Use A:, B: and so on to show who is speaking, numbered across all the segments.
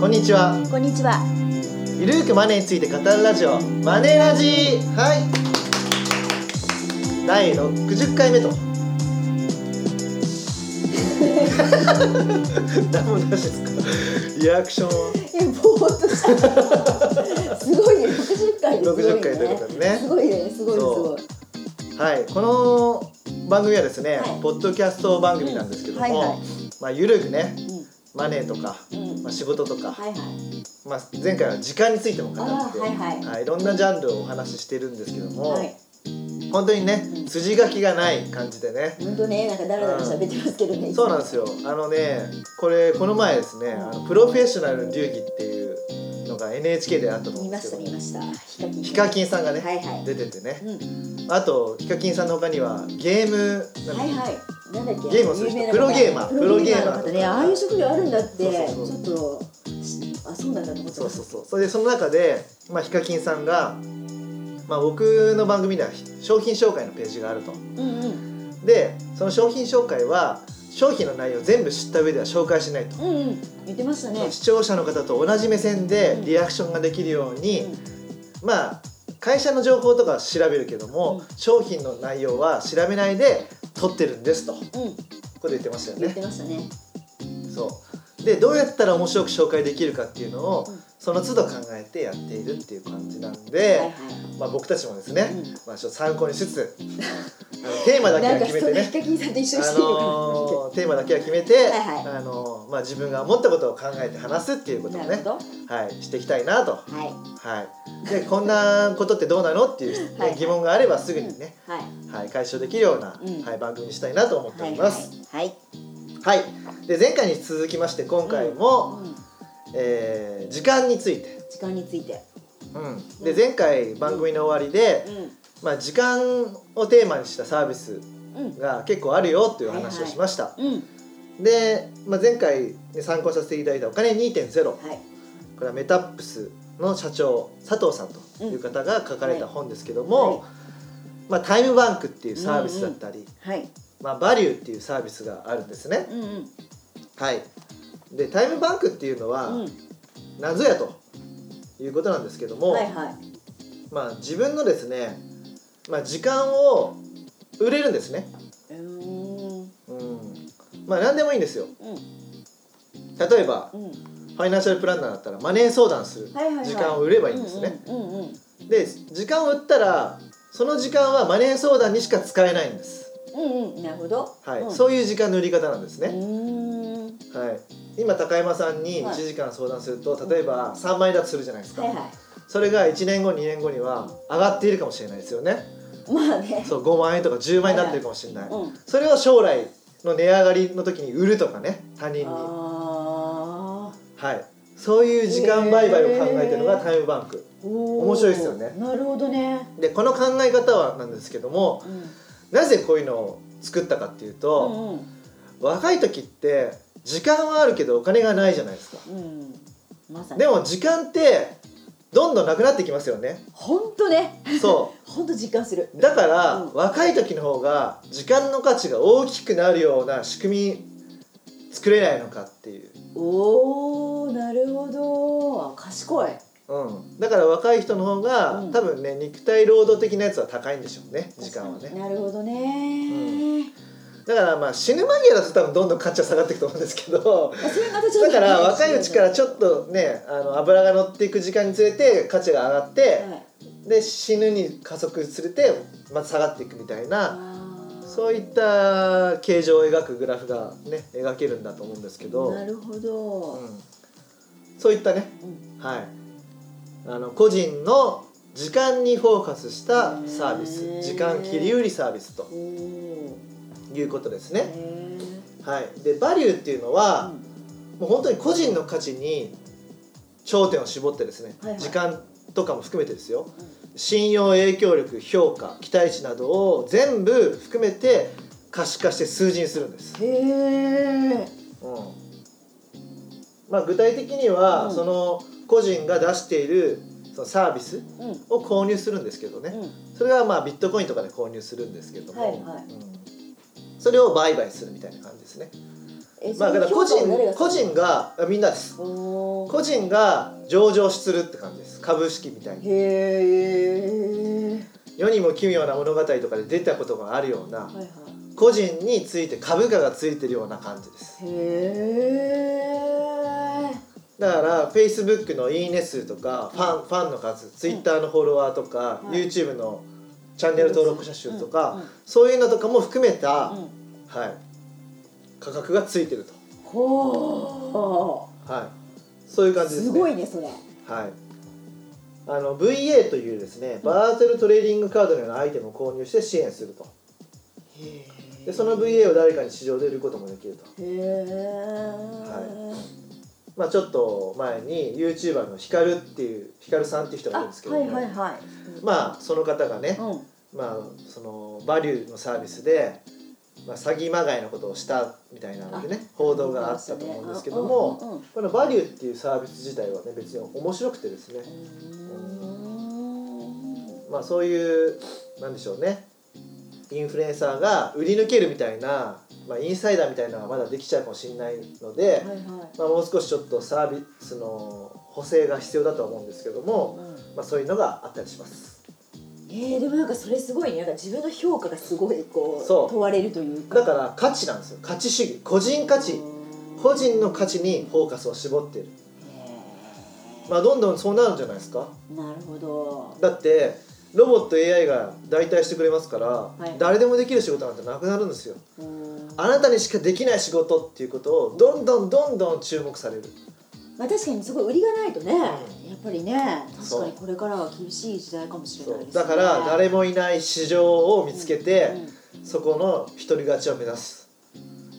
A: こんにちは
B: こんにちは。
A: ゆるーくマネーについて語るラジオマネラジーはい第60回目と 何もなしですかリアクションはい
B: や、ぼーっとした。すごいよ、六十
A: 60回
B: 回ですごいよ、ね。
A: ということでね
B: すごいね、すごい、すごい。
A: はいこの番組はですね、
B: はい
A: ポッドキャスト番組なんですけども、
B: はいはい
A: まあ、ゆるくね
B: う
A: マネーとか、
B: ん、うん、
A: ま
B: は
A: あ、仕事とか、
B: いはい。
A: まあ、前回は時間についても語って
B: あーはいはい
A: いろんなジャンルをお話ししてるんですけども、
B: はい、
A: 本当にね
B: うん
A: 筋書きがない感じでね
B: 本当ね、なんかだらだら喋ってますけどね。
A: そうなんですよあのねこれこの前ですねあのプロフェッショナル流儀っていうのが NHK であったと思う
B: 見
A: んで
B: ますし
A: け
B: た、
A: ど
B: 見ました。ヒカキン。
A: ヒカキンさんがね、
B: はいはい。
A: 出ててね
B: うん、
A: あとヒカキンさんの他にはゲームなんだ
B: はいはい。なんだっけ。
A: ゲームをする人
B: 有名な方
A: プロゲーマー
B: プロゲ
A: プロゲ
B: ーマーの
A: ーマーと
B: 方
A: か
B: ね、ああいう職業あるんだって、
A: そうそうそう
B: ちょっと。あ、そうなんだと思って
A: そ
B: ま
A: う
B: す。
A: そうそうそれでその中で、まあ、ヒカキンさんが、まあ、僕の番組では商品紹介のページがあると。
B: うんうん、
A: でその商品紹介は商品の内容を全部知った上では紹介しないと、
B: うんうん、言ってましたね。
A: 視聴者の方と同じ目線でリアクションができるように、まあ会社の情報とかは調べるけども、商品の内容は調べないで取ってるんですとこ
B: うん、うん、
A: と言ってましたよ
B: 言っ
A: ね
B: て。ましたね。
A: そうでどうやったら面白く紹介できるかっていうのを、
B: うん
A: その都度考えてやっているっていう感じなん
B: は
A: で、
B: いはい。
A: まあ、僕たちもですね、
B: うん
A: まあ、ちょっと参考にしつつあのテーマだけ
B: な
A: は
B: んか
A: 決め
B: そ
A: て
B: んな
A: ね
B: ヒカキンさんと一緒に
A: あ
B: していいのかな。
A: のーテーマだけは決めて、
B: はいはい
A: あのーまあ、自分が思ったことを考えて話すっていうことをね
B: なるほ、ど。
A: はい、していきたいなと、
B: は
A: はい、でこんなことってどうなのっていう、ね
B: はいはい
A: 疑問があれば
B: い。
A: すぐにね、
B: うん。はい。
A: はい、解消できるような、
B: うん
A: はい、番組にしたいなと思っております。
B: はいはい。
A: はいで前回に続きまして今回も、
B: うん
A: えー時間について、
B: 時間について。
A: うん、で前回番組の終わりで、
B: う
A: まあ、時間をテーマにしたサービス
B: ん。うん。
A: が結構あるよっていう話をしました。
B: うん。
A: で、まあ、前回、ね、参考させていただいたお金2.0こ
B: はい。
A: れはメタップスの社長佐藤さんという方が書かれた本ですけど
B: うん
A: も、まあ、タイムバンクっていうサービスだったり、
B: はい。
A: まあ、バリューっていうサービスがあるんですね。
B: うんうん。
A: はい、でタイムバンクっていうの
B: う
A: は
B: ん。
A: 謎やということなんですけども、
B: はいはい。
A: まあ、自分のですね、まあ、時間を売れるんですね。
B: うーん。
A: うんまあ、何でもいいんですよ
B: うん。
A: 例えば
B: うん。
A: ファイナンシャルプランナーだったらマネー相談する
B: はいはいはい。
A: 時間を売ればいいんですね。
B: うんうんうんうん。
A: で時間を売ったらその時間はマネー相談にしか使えないんです、
B: うんうん。なるほど。
A: はい
B: うん
A: そういう時間の売り方なんです
B: う
A: ね、
B: ーん。
A: はい、今高山さんに
B: は
A: 1
B: い
A: 時間相談すると例えば3万円だとするじゃないですか、
B: はいは
A: それが1年後2年後には上がっているかもしれないですよね
B: い。まあね。
A: そう5万円とか10万円になってるかもしれない、
B: うん。
A: それを将来の値上がりの時に売るとかね他人に、は
B: ああ。
A: い、そういう時間売買を考えてるのがタイムバンク面
B: 面
A: 白いですよね
B: なるほどね。
A: でこの考え方はなんですけども
B: うん。
A: なぜこういうのを作ったかっていう
B: う
A: と、
B: ん
A: 若い時って時間はあるけどお金がないじゃないですか
B: うん。うん。まさに。
A: でも時間ってどんどんなくなってきますよね
B: 本当ね。
A: そ
B: 本当実感する。
A: うだから、
B: うん
A: 若い時の方が時間の価値が大きくなるような仕組み作れないのかっていう、
B: おーなるほど賢い
A: うん、だから若い人の方が、
B: うん
A: 多分ね肉体労働的なやつは高いんでしょうね時間はね
B: なるほどね、
A: だからまあ死ぬ間際だと多分どんどん価値は下がっていくと思うんですけど
B: まあそれまたちょっ
A: だ
B: と
A: から若いうちからちょっとねあの油が乗っていく時間につれて価値が上がって、
B: はい
A: で死ぬに加速すれてまた下がっていくみたいな、
B: あー
A: そういった形状を描くグラフがね描けるんだと思うんですけど、
B: なるほ
A: う
B: ど、
A: ん、そういったね、
B: うん
A: はい、あの個人の時間にフォーカスしたサービ
B: へ
A: ス
B: ー
A: 時間切り売りサービスと
B: おお
A: いうことです
B: へ
A: ね。
B: え
A: はい、でバリューっていうのは、もう本当に個人の価値に頂点を絞ってですね、
B: はいはい
A: 時間とかも含めてですよ信用影響力評価期待値などを全部含めて可視化して数字にするんです、
B: へえ
A: うんまあ、具体的には、
B: うん
A: その個人が出しているそのサービス
B: うんうん
A: を購入するんですけどねそれはまあビットコインとかで購入するんですけども、
B: はいはい
A: うんそれを売買するみたいな感じですね
B: え
A: まあだから個
B: その評価を誰
A: 人
B: が
A: 個人がみんなです
B: するのおー
A: 個人が上場するって感じです株式みたいに
B: へえ
A: 世にも奇妙な物語とかで出たことがあるような
B: はいはい
A: 個人について株価がついてるような感じです
B: へえ
A: だから Facebook の「いいね」数とかファンファンの数 Twitter のフォロワーとか、
B: はい
A: YouTube のチャンネル登録者数とか、そういうのとかも含めた、
B: うんうんうん
A: はい、価格がついてると、
B: ほ
A: はい、そういう
B: う
A: 感じですすね
B: ごいねそれ
A: はい、あの VA というですねバーチャルトレーディングカードのようなアイテムを購入して支援するとでその VA を誰かに市場で売ることもできると、
B: へえ
A: まあ、ちょっと前に YouTuber のヒカルっていうヒカルさんっていう人がいるんですけど
B: は
A: も
B: いはいはい
A: まあその方がね、
B: うん
A: まあ、そのバリューのサービスで、まあ、詐欺まがいのことをしたみたいなのでね報道があったと思うんですけども、
B: うんうんうん
A: このバリューっていうサービス自体はね別に面白くてですね、まあ、そういうなんでしょうねインフルエンサーが売り抜けるみたいな、まあ、インサイダーみたいなのがまだできちゃうかもしれないので、
B: はいは
A: まあ、もう少しちょっとサービスの補正が必要だとは思うんですけども、
B: い
A: まあ、そういうのがあったりします
B: えー、でもなんかそれすごいねなんか自分の評価がすごいこう
A: そう
B: 問われるというか
A: だから価値なんですよ価値主義個人価値個人の価値にフォーカスを絞っている、
B: へ
A: まあ、どんどんそうなるんじゃないですか
B: ーなるほど
A: だってロボット AI が代替してくれますから、
B: い
A: 誰でもできる仕事なんてなくなるんですよ
B: うん
A: あなたにしかできない仕事っていうことをどんどんどんどん注目される
B: まあ確かにすごい売りがないとね、やっぱりね確
A: そう
B: かにこれからは厳しい時代かもしれないです、ね、
A: だから誰もいない市場を見つけて
B: うん
A: そこの独り勝ちを目指す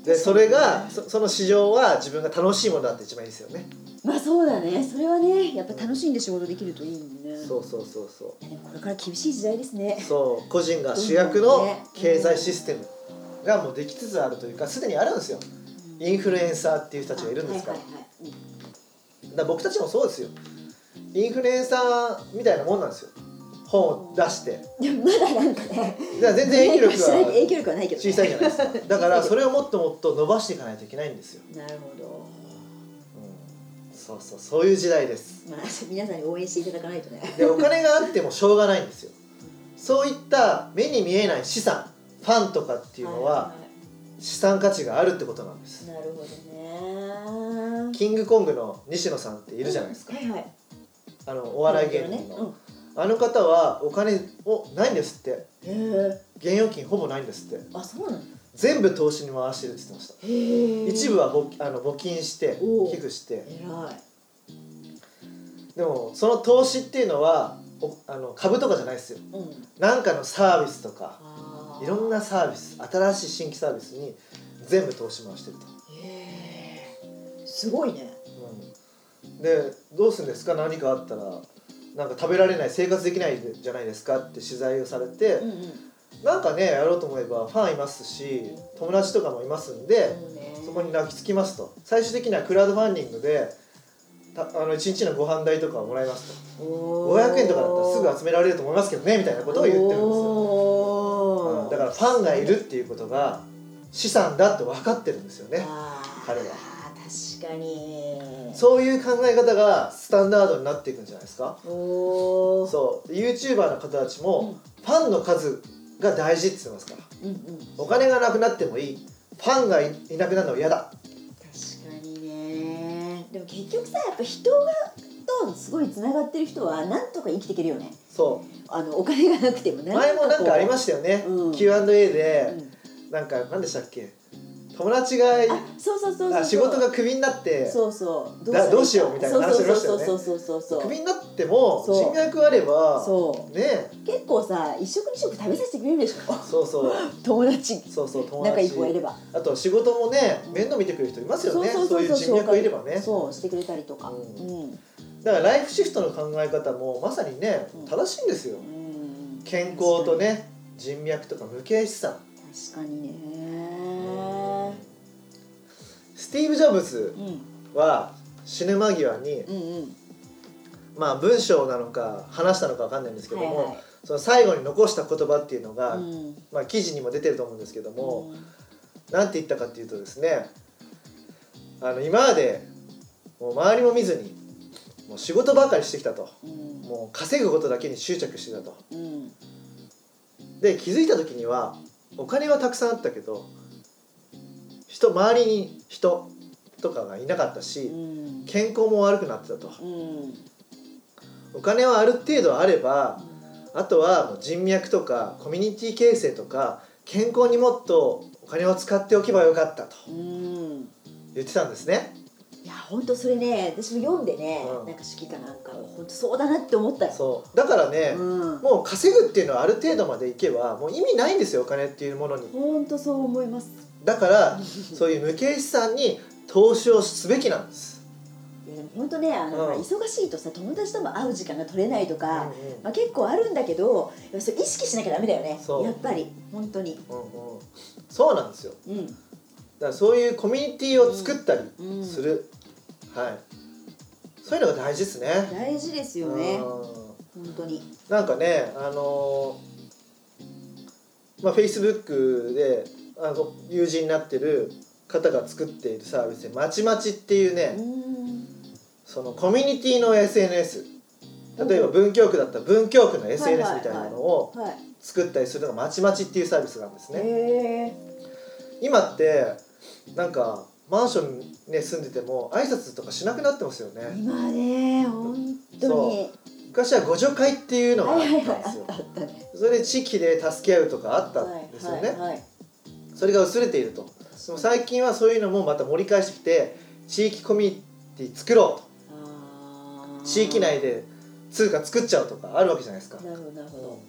A: でそれがそその市場は自分が楽しいものだって一番いいですよね
B: まあそうだねそれはねやっぱ楽しんで仕事できるといいもんね
A: そうそうそうそ
B: いやでもこれから厳しい時代です
A: う
B: ね
A: そう個人が主役の経済システムがもうできつつあるというかすでにあるんですよインフルエンサーっていう人たちがいるんですから
B: はいはいはいうん
A: だから僕たちもそうですよインフルエンサーみたいなもんなんですよ本を出して
B: でもまだなんかね
A: だから全然影響力
B: ない
A: は
B: 影響力はないけど、ね、
A: 小さいじゃないですかだからそれをもっともっと伸ばしていかないといけないんですよ、
B: なるほど
A: うん、そうそうそういう時代です
B: まあ皆さんに応援していただかないとね
A: でお金があってもしょうがないんですよそういった目に見えない資産ファンとかっていうのは資産価値があるってことなんです
B: いはいなるほどね
A: キングコングの西野さんっているじゃないですか
B: はいはい
A: あのお笑い芸人
B: なるほど
A: のあの方はお金をないんですって
B: ねうん、へえ
A: 現預金ほぼないんですって
B: あそうなの
A: 全部投資に回してるって言ってました
B: へえ
A: 一部はぼあの募金して
B: おう
A: 寄付して
B: えらい
A: でもその投資っていうのはおあの株とかじゃないですよ
B: うん
A: なんかのサービスとか
B: あー
A: いろんなサービス新しい新規サービスに全部投資回してると、
B: へえすごいね
A: うん、でどうするんですか何かあったらなんか食べられない生活できないじゃないですかって取材をされて、
B: うんうん
A: なんかねやろうと思えばファンいますし友達とかもいますんで、
B: うね
A: そこに泣きつきますと最終的にはクラウドファンディングでたあの1日のご飯代とかをもらいますと。
B: おー
A: 500円とかだったらすぐ集められると思いますけどねみたいなことを言ってるんですよ、
B: おー
A: うんだからファンがいるっていうことが資産だって分かってるんですよね
B: あー
A: 彼は
B: 確かに
A: そういう考え方がスタンダードになっていくんじゃないですか
B: おー
A: そう YouTuber の方たちもファンの数が大事って言ってますから
B: うんうん確
A: お金がなくなってもいいファンがいいなくなるのは嫌だ
B: かにねでも結局さやっぱ人がとすごいつながってる人はなんとか生きていけるよね
A: そ
B: あのお金がなくてもね
A: う前もなんかありましたよね、
B: うん
A: Q&A
B: た
A: でなんか何でしたっけ友達が
B: あそうそうそうそう
A: あ仕事がクビになって
B: そうそう
A: だどうしようみたいな話ありましたよね
B: そうそうそうそうそう
A: ク
B: そう
A: ビになっても
B: そう
A: 人脈があれば
B: そ
A: ねえ
B: う結構さ一食二食食べさせてくれるでしょ
A: そうそう
B: 友達
A: そうそう友
B: 仲いい
A: 達
B: 子がいれば
A: あと仕事もね面倒見てくれる人いますよねそういう人脈がいればね
B: そうしてくれたりとか
A: う
B: うんん、
A: だからライフシフトの考え方もまさにね
B: うん
A: 正しいんですよ
B: うん、
A: 健康とね人脈とか無形資産
B: 確かにね
A: スティーブ・ジョブズ
B: うん
A: は死ぬ間際に
B: うんうん
A: まあ文章なのか話したのかわかんないんですけども、
B: はいはい
A: その最後に残した言葉っていうのが、
B: うん
A: まあ、記事にも出てると思うんですけども、
B: うん
A: なんて言ったかっていうとですねあの今までもう周りも見ずにもう仕事ばかりしてきたと
B: うん
A: もう稼ぐことだけに執着してたと
B: うん
A: で気づいた時にはお金はたくさんあったけど人周りに人とかがいなかった
B: う
A: し
B: ん
A: 健康も悪くなってたと
B: うん
A: お金はある程度あればあとはもう人脈とかコミュニティ形成とか健康にもっとお金を使っておけばよかったと
B: うん
A: 言ってたんですね
B: いや本当それね私も読んでね、
A: うん
B: なんか手記かなんかを本当そうだなって思ったよ
A: そうだからね、
B: うん
A: もう稼ぐっていうのはある程度までいけばもう意味ないんですよお金っていうものに
B: 本当そう思います
A: だからそういう無形資産に投資をすべきなんです、
B: いやでも本当ねあの、
A: うん
B: 忙しいとさ友達とも会う時間が取れないとか、
A: うんうん
B: まあ、結構あるんだけどいやそれ意識しなきゃダメだよね
A: そう
B: やっぱり本当に
A: うんうん、そうなんですよ
B: うん
A: だからそういうコミュニティを作ったり
B: うん
A: する、はいそういうのが大事ですね
B: 大事ですよね
A: うん
B: 本当に
A: なんかねあのーまあフェイスブックであの友人になってる方が作っているサービスで「まちまち」っていうね、
B: うん
A: そのコミュニティの SNS 例えば文京区だったら文京区の SNS みたいなのを
B: はい
A: 作ったりするのがまちまちっていうサービスなんですね。
B: へえ
A: 今ってなんかマンションね住んでても挨拶とかしなくなってますよね。
B: 今ね本当に
A: 昔は互助会っていうのがあっ
B: はいはいは
A: たんで
B: いあ
A: す
B: っ
A: よ
B: た。あったね
A: それで地域で助け合うとかあったんですよ
B: はい
A: ね。
B: はいはい
A: それが薄れていると。でも最近はそういうのもまた盛り返してきて地域コミュニティ作ろう
B: あー
A: と地域内で通貨作っちゃうとかあるわけじゃないですか。
B: なるほどなるほ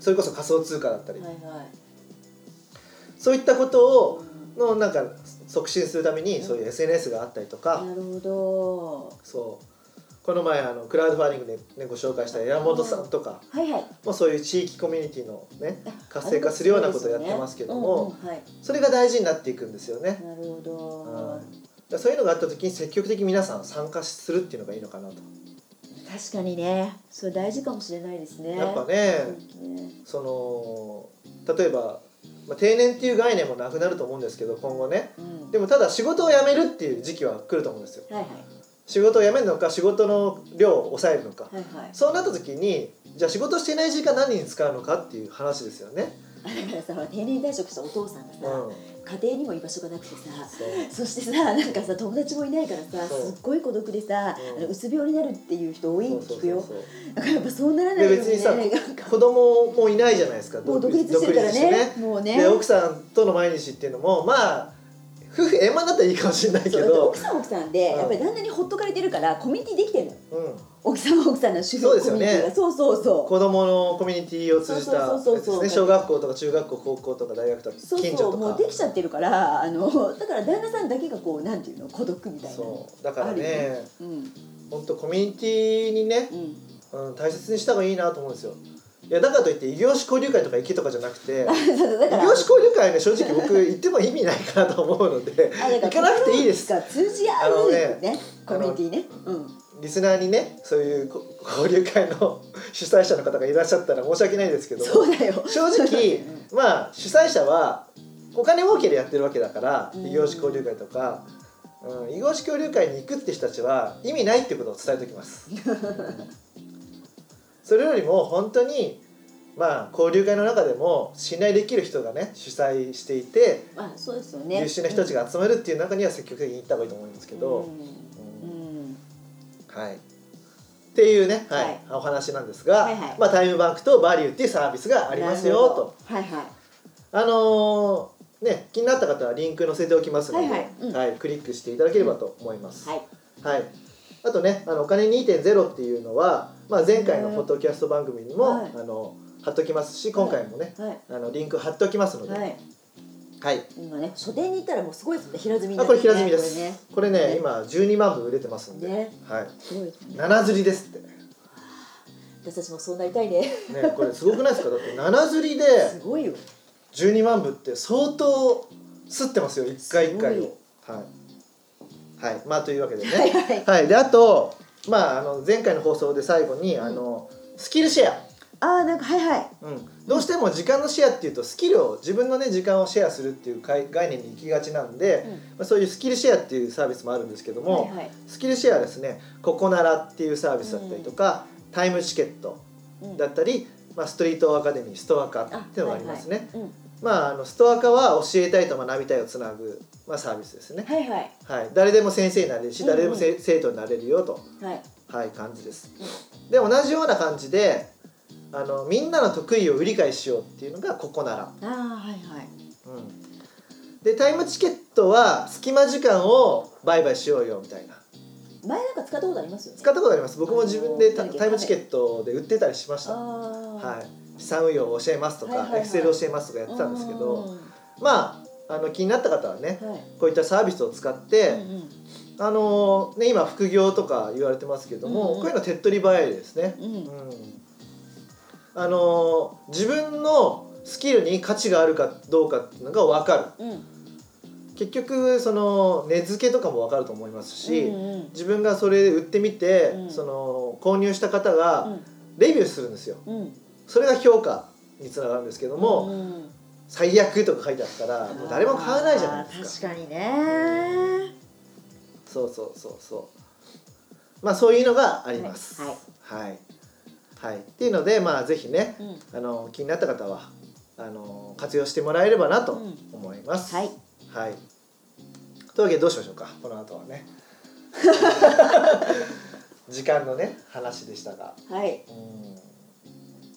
A: それこそ仮想通貨だったり、
B: どはいはい
A: そういったことを
B: う
A: のなんか促進するために
B: うん
A: そういう SNS があったりとか、
B: んなるほど
A: そうこの前あのクラウドファンディングで、ね、ご紹介した山本さんとか、
B: はいはい
A: まあ、そういう地域コミュニティのね
B: あ
A: 活性化するようなことをやってますけども
B: そうですよね
A: それが大事になっていくんですよね
B: う、んうんはい、なるほ
A: う
B: ど
A: ん、だからそういうのがあった時に積極的に皆さん参加するっていうのがいいのかなと、
B: 確かにねそれ大事かもしれないですね
A: やっぱね
B: ね
A: その例えば、まあ、定年っていう概念もなくなると思うんですけど今後ね
B: うん
A: でもただ仕事を辞めるっていう時期は来ると思うんですよ
B: はいは
A: 仕事を辞めるのか仕事の量を抑えるのか
B: いはいはい
A: そうなった時にじゃあ仕事してない時間何に使うのかっていう話ですよね。
B: あだからさほら定年退職したお父さんがさ、
A: うん、
B: 家庭にも居場所がなくてさ
A: そう
B: そしてさなんかさ友達もいないからさ
A: そう
B: すっごい孤独でさ、
A: うん
B: あのうつ病になるっていう人多い
A: そ
B: ん
A: う
B: 聞
A: そう
B: く
A: そ
B: よ
A: うそう
B: だからやっぱそうならないようにね
A: で別にさ
B: なんか
A: 子供もいないじゃないですか
B: もう独立してるからね
A: 独立
B: もう
A: して
B: ね
A: ねで奥さんとの毎日っていうのもまあ夫婦円満だったらいいかもしれないけ
B: そうだって
A: ど
B: 奥さんは奥さんで、
A: うん
B: やっぱり旦那にほっとかれてるからコミュニティできてるの
A: うん、
B: 奥さんは奥さんの主
A: そう
B: 婦
A: です
B: コ
A: よ
B: ミュニ
A: ね
B: ティがそうそうそう
A: 子供のコミュニティを通じたやつ
B: そうそう
A: です
B: そうそう
A: ね小学校とか中学校高校とか大学とか
B: そう
A: 近
B: そ
A: 所
B: う
A: と
B: もう
A: か
B: できちゃってるからあのだから旦那さんだけがこうなんていうの孤独みたいな
A: そうだから
B: あるよ
A: ね
B: ねうん
A: 本当コミュニティにね
B: う、ん
A: うん、大切にした方がいいなと思うんですよいやだからといって異業種交流会とか行けとかじゃなくて
B: そうそうだ
A: 異
B: から
A: 業種交流会はね正直僕行っても意味ないかなと思うので
B: あだ
A: 行かなくていいです
B: から通じ合
A: あの
B: う
A: ね
B: ねコミュニティねうん
A: リスナーにねそういうこ交流会の主催者の方がいらっしゃったら申し訳ないですけど
B: そうだよ
A: 正直まあ主催者はお金儲けでやってるわけだから
B: うん
A: 異業種交流会とか、うん、異業種交流会に行くって人たちは意味ないってことを伝えておき ます。それよりも本当にまあ交流会の中でも信頼できる人がね主催していて
B: まあそうですよね
A: 優秀な人たちが集まるっていう中には積極的に行った方がいいと思いますけど、
B: うんうん
A: はい。っていうね、はい、
B: はい
A: お話なんですが、
B: はいはい
A: まあタイムバンクとバリューっていうサービスがありますよと。
B: なるほどはいはい
A: あのーね気になった方はリンク載せておきますので、
B: はいはいうん
A: クリックしていただければと思います。
B: はい
A: はい。あとね、あのお金2.0っていうのは、まあ前回のポッドキャスト番組にも、
B: はい
A: あの貼っときますし、今回もね、
B: はい
A: あのリンク貼っときますので、
B: は
A: はい。
B: い今ね書店に行ったらもうすごいですね平積みに
A: あ
B: な
A: こ
B: って
A: れ
B: るね
A: 平積みです。これね
B: こね
A: 今12万部売れてますんで、
B: ね
A: はい。
B: れねすごいですね
A: 七釣りですって。
B: 私たちもそうなりたいね
A: ね、これすごくないですかだって七釣りです
B: ごいよ
A: 12万部って相当吸ってますよ一回一回をはい、はい、まあというわけでね
B: はいはい
A: であとまああの前回の放送で最後にあのスキルシェア
B: ああなんかはいはい
A: うん、どうしても時間のシェアっていうとスキルを自分のね時間をシェアするっていう概概念に行きがちなんで、まあ、そういうスキルシェアっていうサービスもあるんですけども、
B: はいはい
A: スキルシェアはですねココナラっていうサービスだったりとか、タイムチケット
B: うん
A: だったり、まあ、ストリートアカデミーストアカっていうのがありますね、
B: うん
A: まああのストアカは教えたいと学びたいをつなぐ、まあ、サービスですね、
B: はいはい
A: はい、誰でも先生になれるし
B: うんうん
A: 誰でもせ、生徒になれるよと
B: はい
A: はい感じですで同じような感じであのみんなの得意を売り買いしようっていうのがここなら、
B: ああはいはい
A: うん、でタイムチケットは隙間時間を売買しようよみたいな
B: 前なんか使ったことありますよね
A: 使ったことあります僕も自分でタ
B: あの
A: タイムチケットで売ってたりしました、は
B: ああ
A: い、資産運用を教えますと
B: はい
A: か
B: はいはい
A: エクセル教えますとかやってたんですけどまああの気になった方はね
B: あーはい
A: こういったサービスを使って、
B: うんうん
A: あのね今副業とか言われてますけども、
B: うんうん
A: こういうの手っ取り早いですね、
B: うん
A: うんあの自分のスキルに価値があるかどうかっていうのが分かる
B: うん
A: 結局その値付けとかも分かると思いますし、
B: うんうん
A: 自分がそれで売ってみて、
B: うん
A: その購入した方が
B: う
A: レビューするんですよ
B: んうん
A: それが評価につながるんですけども、
B: うん
A: 最悪とか書いてあったらもう誰も買わないじゃないですか
B: あー確かにね
A: そうそうそうそうまあそういうのがあります
B: はい
A: はい、はいっていうのでまあぜひね
B: うん
A: あの気になった方はあの活用してもらえればなと
B: うん
A: 思います、
B: はい
A: はい、というわけでどうしましょうかこの後は ね時間のね話でしたが
B: はい
A: うん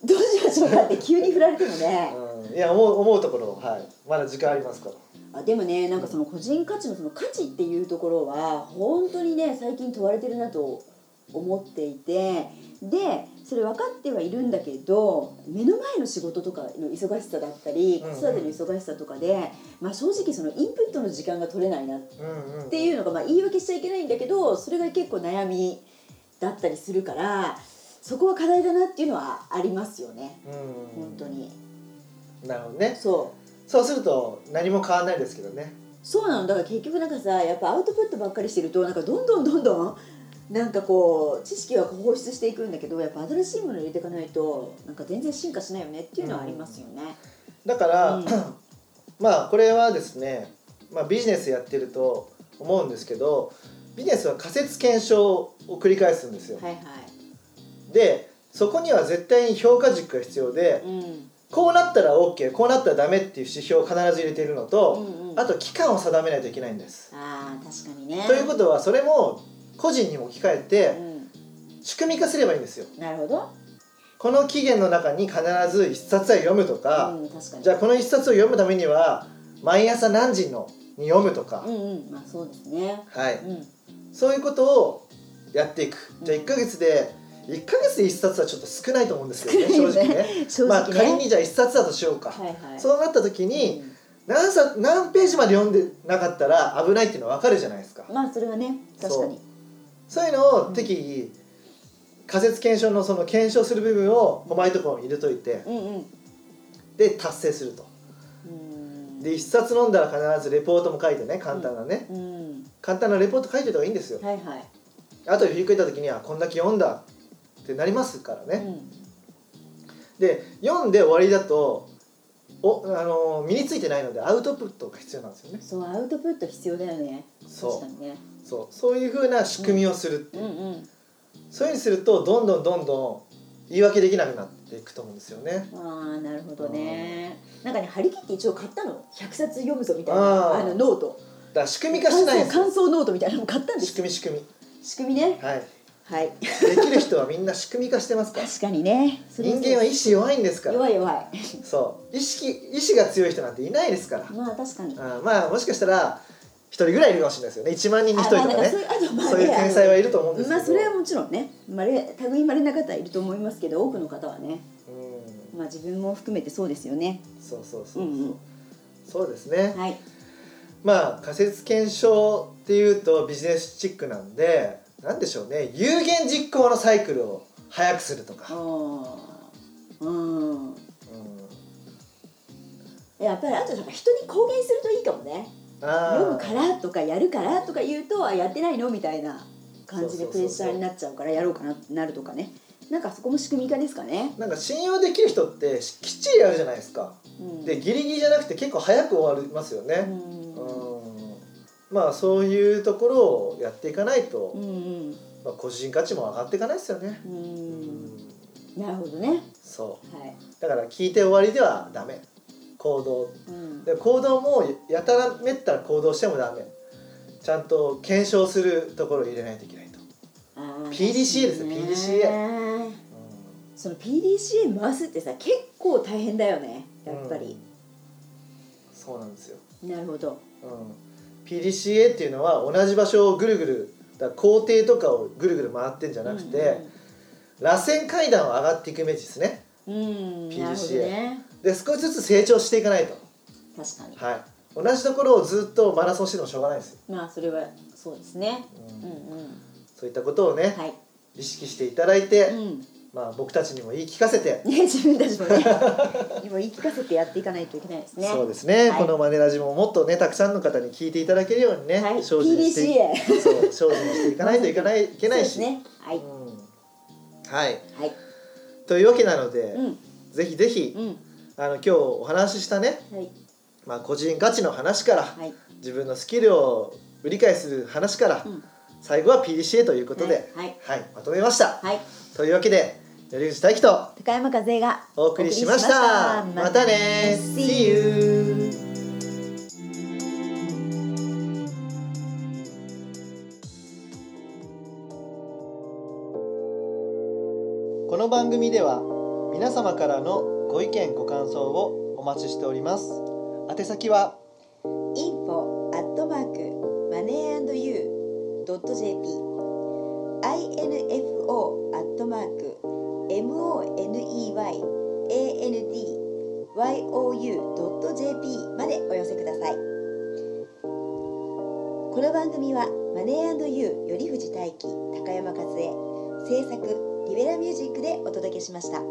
B: どうしましょうかって急に振られてもね
A: うんいや思う思うところはいまだ時間ありますから
B: あでもねなんかその個人価値のその価値っていうところは本当にね最近問われてるなと思っていてでそれ分かってはいるんだけど目の前の仕事とかの忙しさだったり
A: うんうん
B: 子育ての忙しさとかで、まあ、正直そのインプットの時間が取れないなっ
A: うんうん
B: ていうのがまあ言い訳しちゃいけないんだけどそれが結構悩みだったりするからそこは課題だなっていうのはありますよね
A: うん
B: 本当に。
A: なるほどね
B: そう
A: そうすると何も変わらないですけどね
B: そうなのだから結局なんかさやっぱアウトプットばっかりしてるとなんかどんどんどんどんなんかこう知識は放出していくんだけどやっぱ新しいものを入れていかないとなんか全然進化しないよねっていうのはありますよね。
A: だから、
B: うん
A: まあこれはですね、まあ、ビジネスやってると思うんですけどビジネスは仮説検証を繰り返すんですよ、
B: はいはい。
A: でそこには絶対に評価軸が必要で、
B: うん。
A: こうなったら OK こうなったらダメっていう指標を必ず入れているの
B: う
A: と、
B: んうん。
A: あと期間を定めないといけないんです、
B: ああ確かにね。
A: ということはそれも個人にも置き換え
B: と
A: て
B: う
A: 仕組み化すればいいんですよ
B: ん。なるほど。
A: この期限の中に必ず一冊は読むとか、
B: うん確かに。
A: じゃあこの一冊を読むためには毎朝何時のに読むとか、
B: うんうんまあそうですね。
A: は
B: う
A: い、
B: ん。
A: そういうことをやっていく
B: うん
A: じゃあ1ヶ月で1ヶ月で1冊はちょっと少ないと思うんですけどね
B: 少
A: 正
B: ないね
A: 直ね
B: 正
A: まあ
B: 直ね。
A: 仮にじゃあ1冊だとしようか、
B: はいはい。
A: そうなった時に何冊何ページまで読んでなかったら危ないっていうのは分かるじゃないですか
B: うんまあそれはね確かに。
A: そういうのを適宜仮説検証のその検証する部分を細かいところに入れといて
B: うんうん。
A: で達成すると
B: うん。
A: で1冊飲んだら必ずレポートも書いてね簡単なね、
B: うん。
A: 簡単なレポート書いておいた方がいいんですよ
B: はいはい。
A: 後で振り返った時にはこんだけ読んだってなりますからね、
B: うん
A: で読んで終わりだとお、あのー身についてないのでアウトプットが必要なんですよね
B: そうアウトプット必要だよね
A: そう
B: 確かにね
A: そうそういうふうな仕組みをするって
B: う
A: い
B: ん
A: う、
B: うん
A: そういうふうにするとどんどんどんどん言い訳できなくなっていくと思うんですよね
B: ああなるほどねなんかね張り切って一応買ったの100冊読むぞみたいなあ
A: あー
B: のノート
A: だから仕組み化
B: 感
A: してないん
B: 想
A: ですよ
B: 感想ノートみたいなのも買ったんで
A: 仕
B: す
A: 組み仕組み
B: 仕組みね
A: はい
B: はい
A: できる人はみんな仕組み化してますから
B: 確かにね それ
A: 人間は意志弱いんですから
B: 弱い弱い
A: そう意識意志が強い人なんていないですから
B: まあ確かに
A: あーまあもしかしたら一人ぐらいいるかもしれないですよね1万人に1人
B: あ
A: とかね
B: まあなんかそういうあとまあね
A: そういう天才はいると思うんですけ
B: ま
A: ど
B: あそれはもちろんねまれ類いまれな方はいると思いますけど多くの方はね
A: うん
B: まあ自分も含めてそうですよね
A: そうそうそうそう、
B: うんうん
A: そうですね、
B: はい
A: まあ仮説検証っていうとビジネスチックなんでなんでしょうね有言実行のサイクルを早くすると
B: あ
A: か、
B: あう
A: う
B: ん
A: ん、
B: やっぱりあとなんか人に公言するといいかもね読む
A: あ
B: か
A: あ
B: らとかやるからとか言うとあやってないのみたいな感じでプレッシャーになっちゃうからやろうかなってなるとかねなんかそこも仕組み化ですかね。
A: なんか信用できる人ってしきっちりやるじゃないですか
B: うん、
A: でギリギリじゃなくて結構早く終わりますよ
B: う
A: ね、
B: ん
A: うん、まあそういうところをやっていかないと、
B: うん
A: まあ、個人価値も上がっていかないですよね、
B: う、
A: うんん
B: なるほどね。
A: そ
B: はい。
A: うだから聞いて終わりではダメ行動
B: うん。
A: で行動もやたらめったら行動してもダメちゃんと検証するところを入れないといけないと、
B: あー
A: PDCA ですよ
B: ね
A: PDCA
B: その PDCA 回すってさ結構大変だよねやっぱり、
A: うんそうなんですよ、
B: なるほど
A: うん、PDCA っていうのは同じ場所をぐるぐるだから校庭とかをぐるぐる回ってんじゃなくて、螺旋階段を上がっていくイメージですね
B: うん、うん、
A: PDCA
B: なるほどね
A: で少しずつ成長していかないと
B: 確かに
A: はい同じところをずっとマラソンしててもしょうがないですよ、
B: まあそれはそうですね
A: うん
B: うんうん
A: そういったことをね、
B: はい、
A: 意識していただいて、
B: うん、ね
A: まあ僕たちにも言い聞かせて、
B: 自分たちも ねでも言い聞かせてやっていかないといけないですね
A: そうですね、
B: はい
A: このマネラジももっとねたくさんの方に聞いていただけるようにね、
B: はい
A: 精進して
B: PDCA
A: そう精進していかないといけないいけないし
B: そうですねはい
A: うんはい
B: はい
A: というわけなので、
B: うん
A: ぜひぜひ、
B: うん
A: あの今日お話ししたね、
B: はい
A: まあ、個人価値の話から、
B: はい
A: 自分のスキルを売り買いする話から、
B: うん
A: 最後は PDCA ということで、
B: はい
A: まとめました。
B: はい
A: というわけで頼口大樹と
B: 高山和恵が
A: お送りしました。
B: お送りし
A: またね See you!この番組では皆様からのご意見ご感想をお待ちしております宛先は
B: info アットマークマネー &you ドット JP info アットマーク moneyandyou ドット JP までお寄せくださいこの番組はマネー &you より藤大輝高山和恵制作リベラミュージックでお届けしました。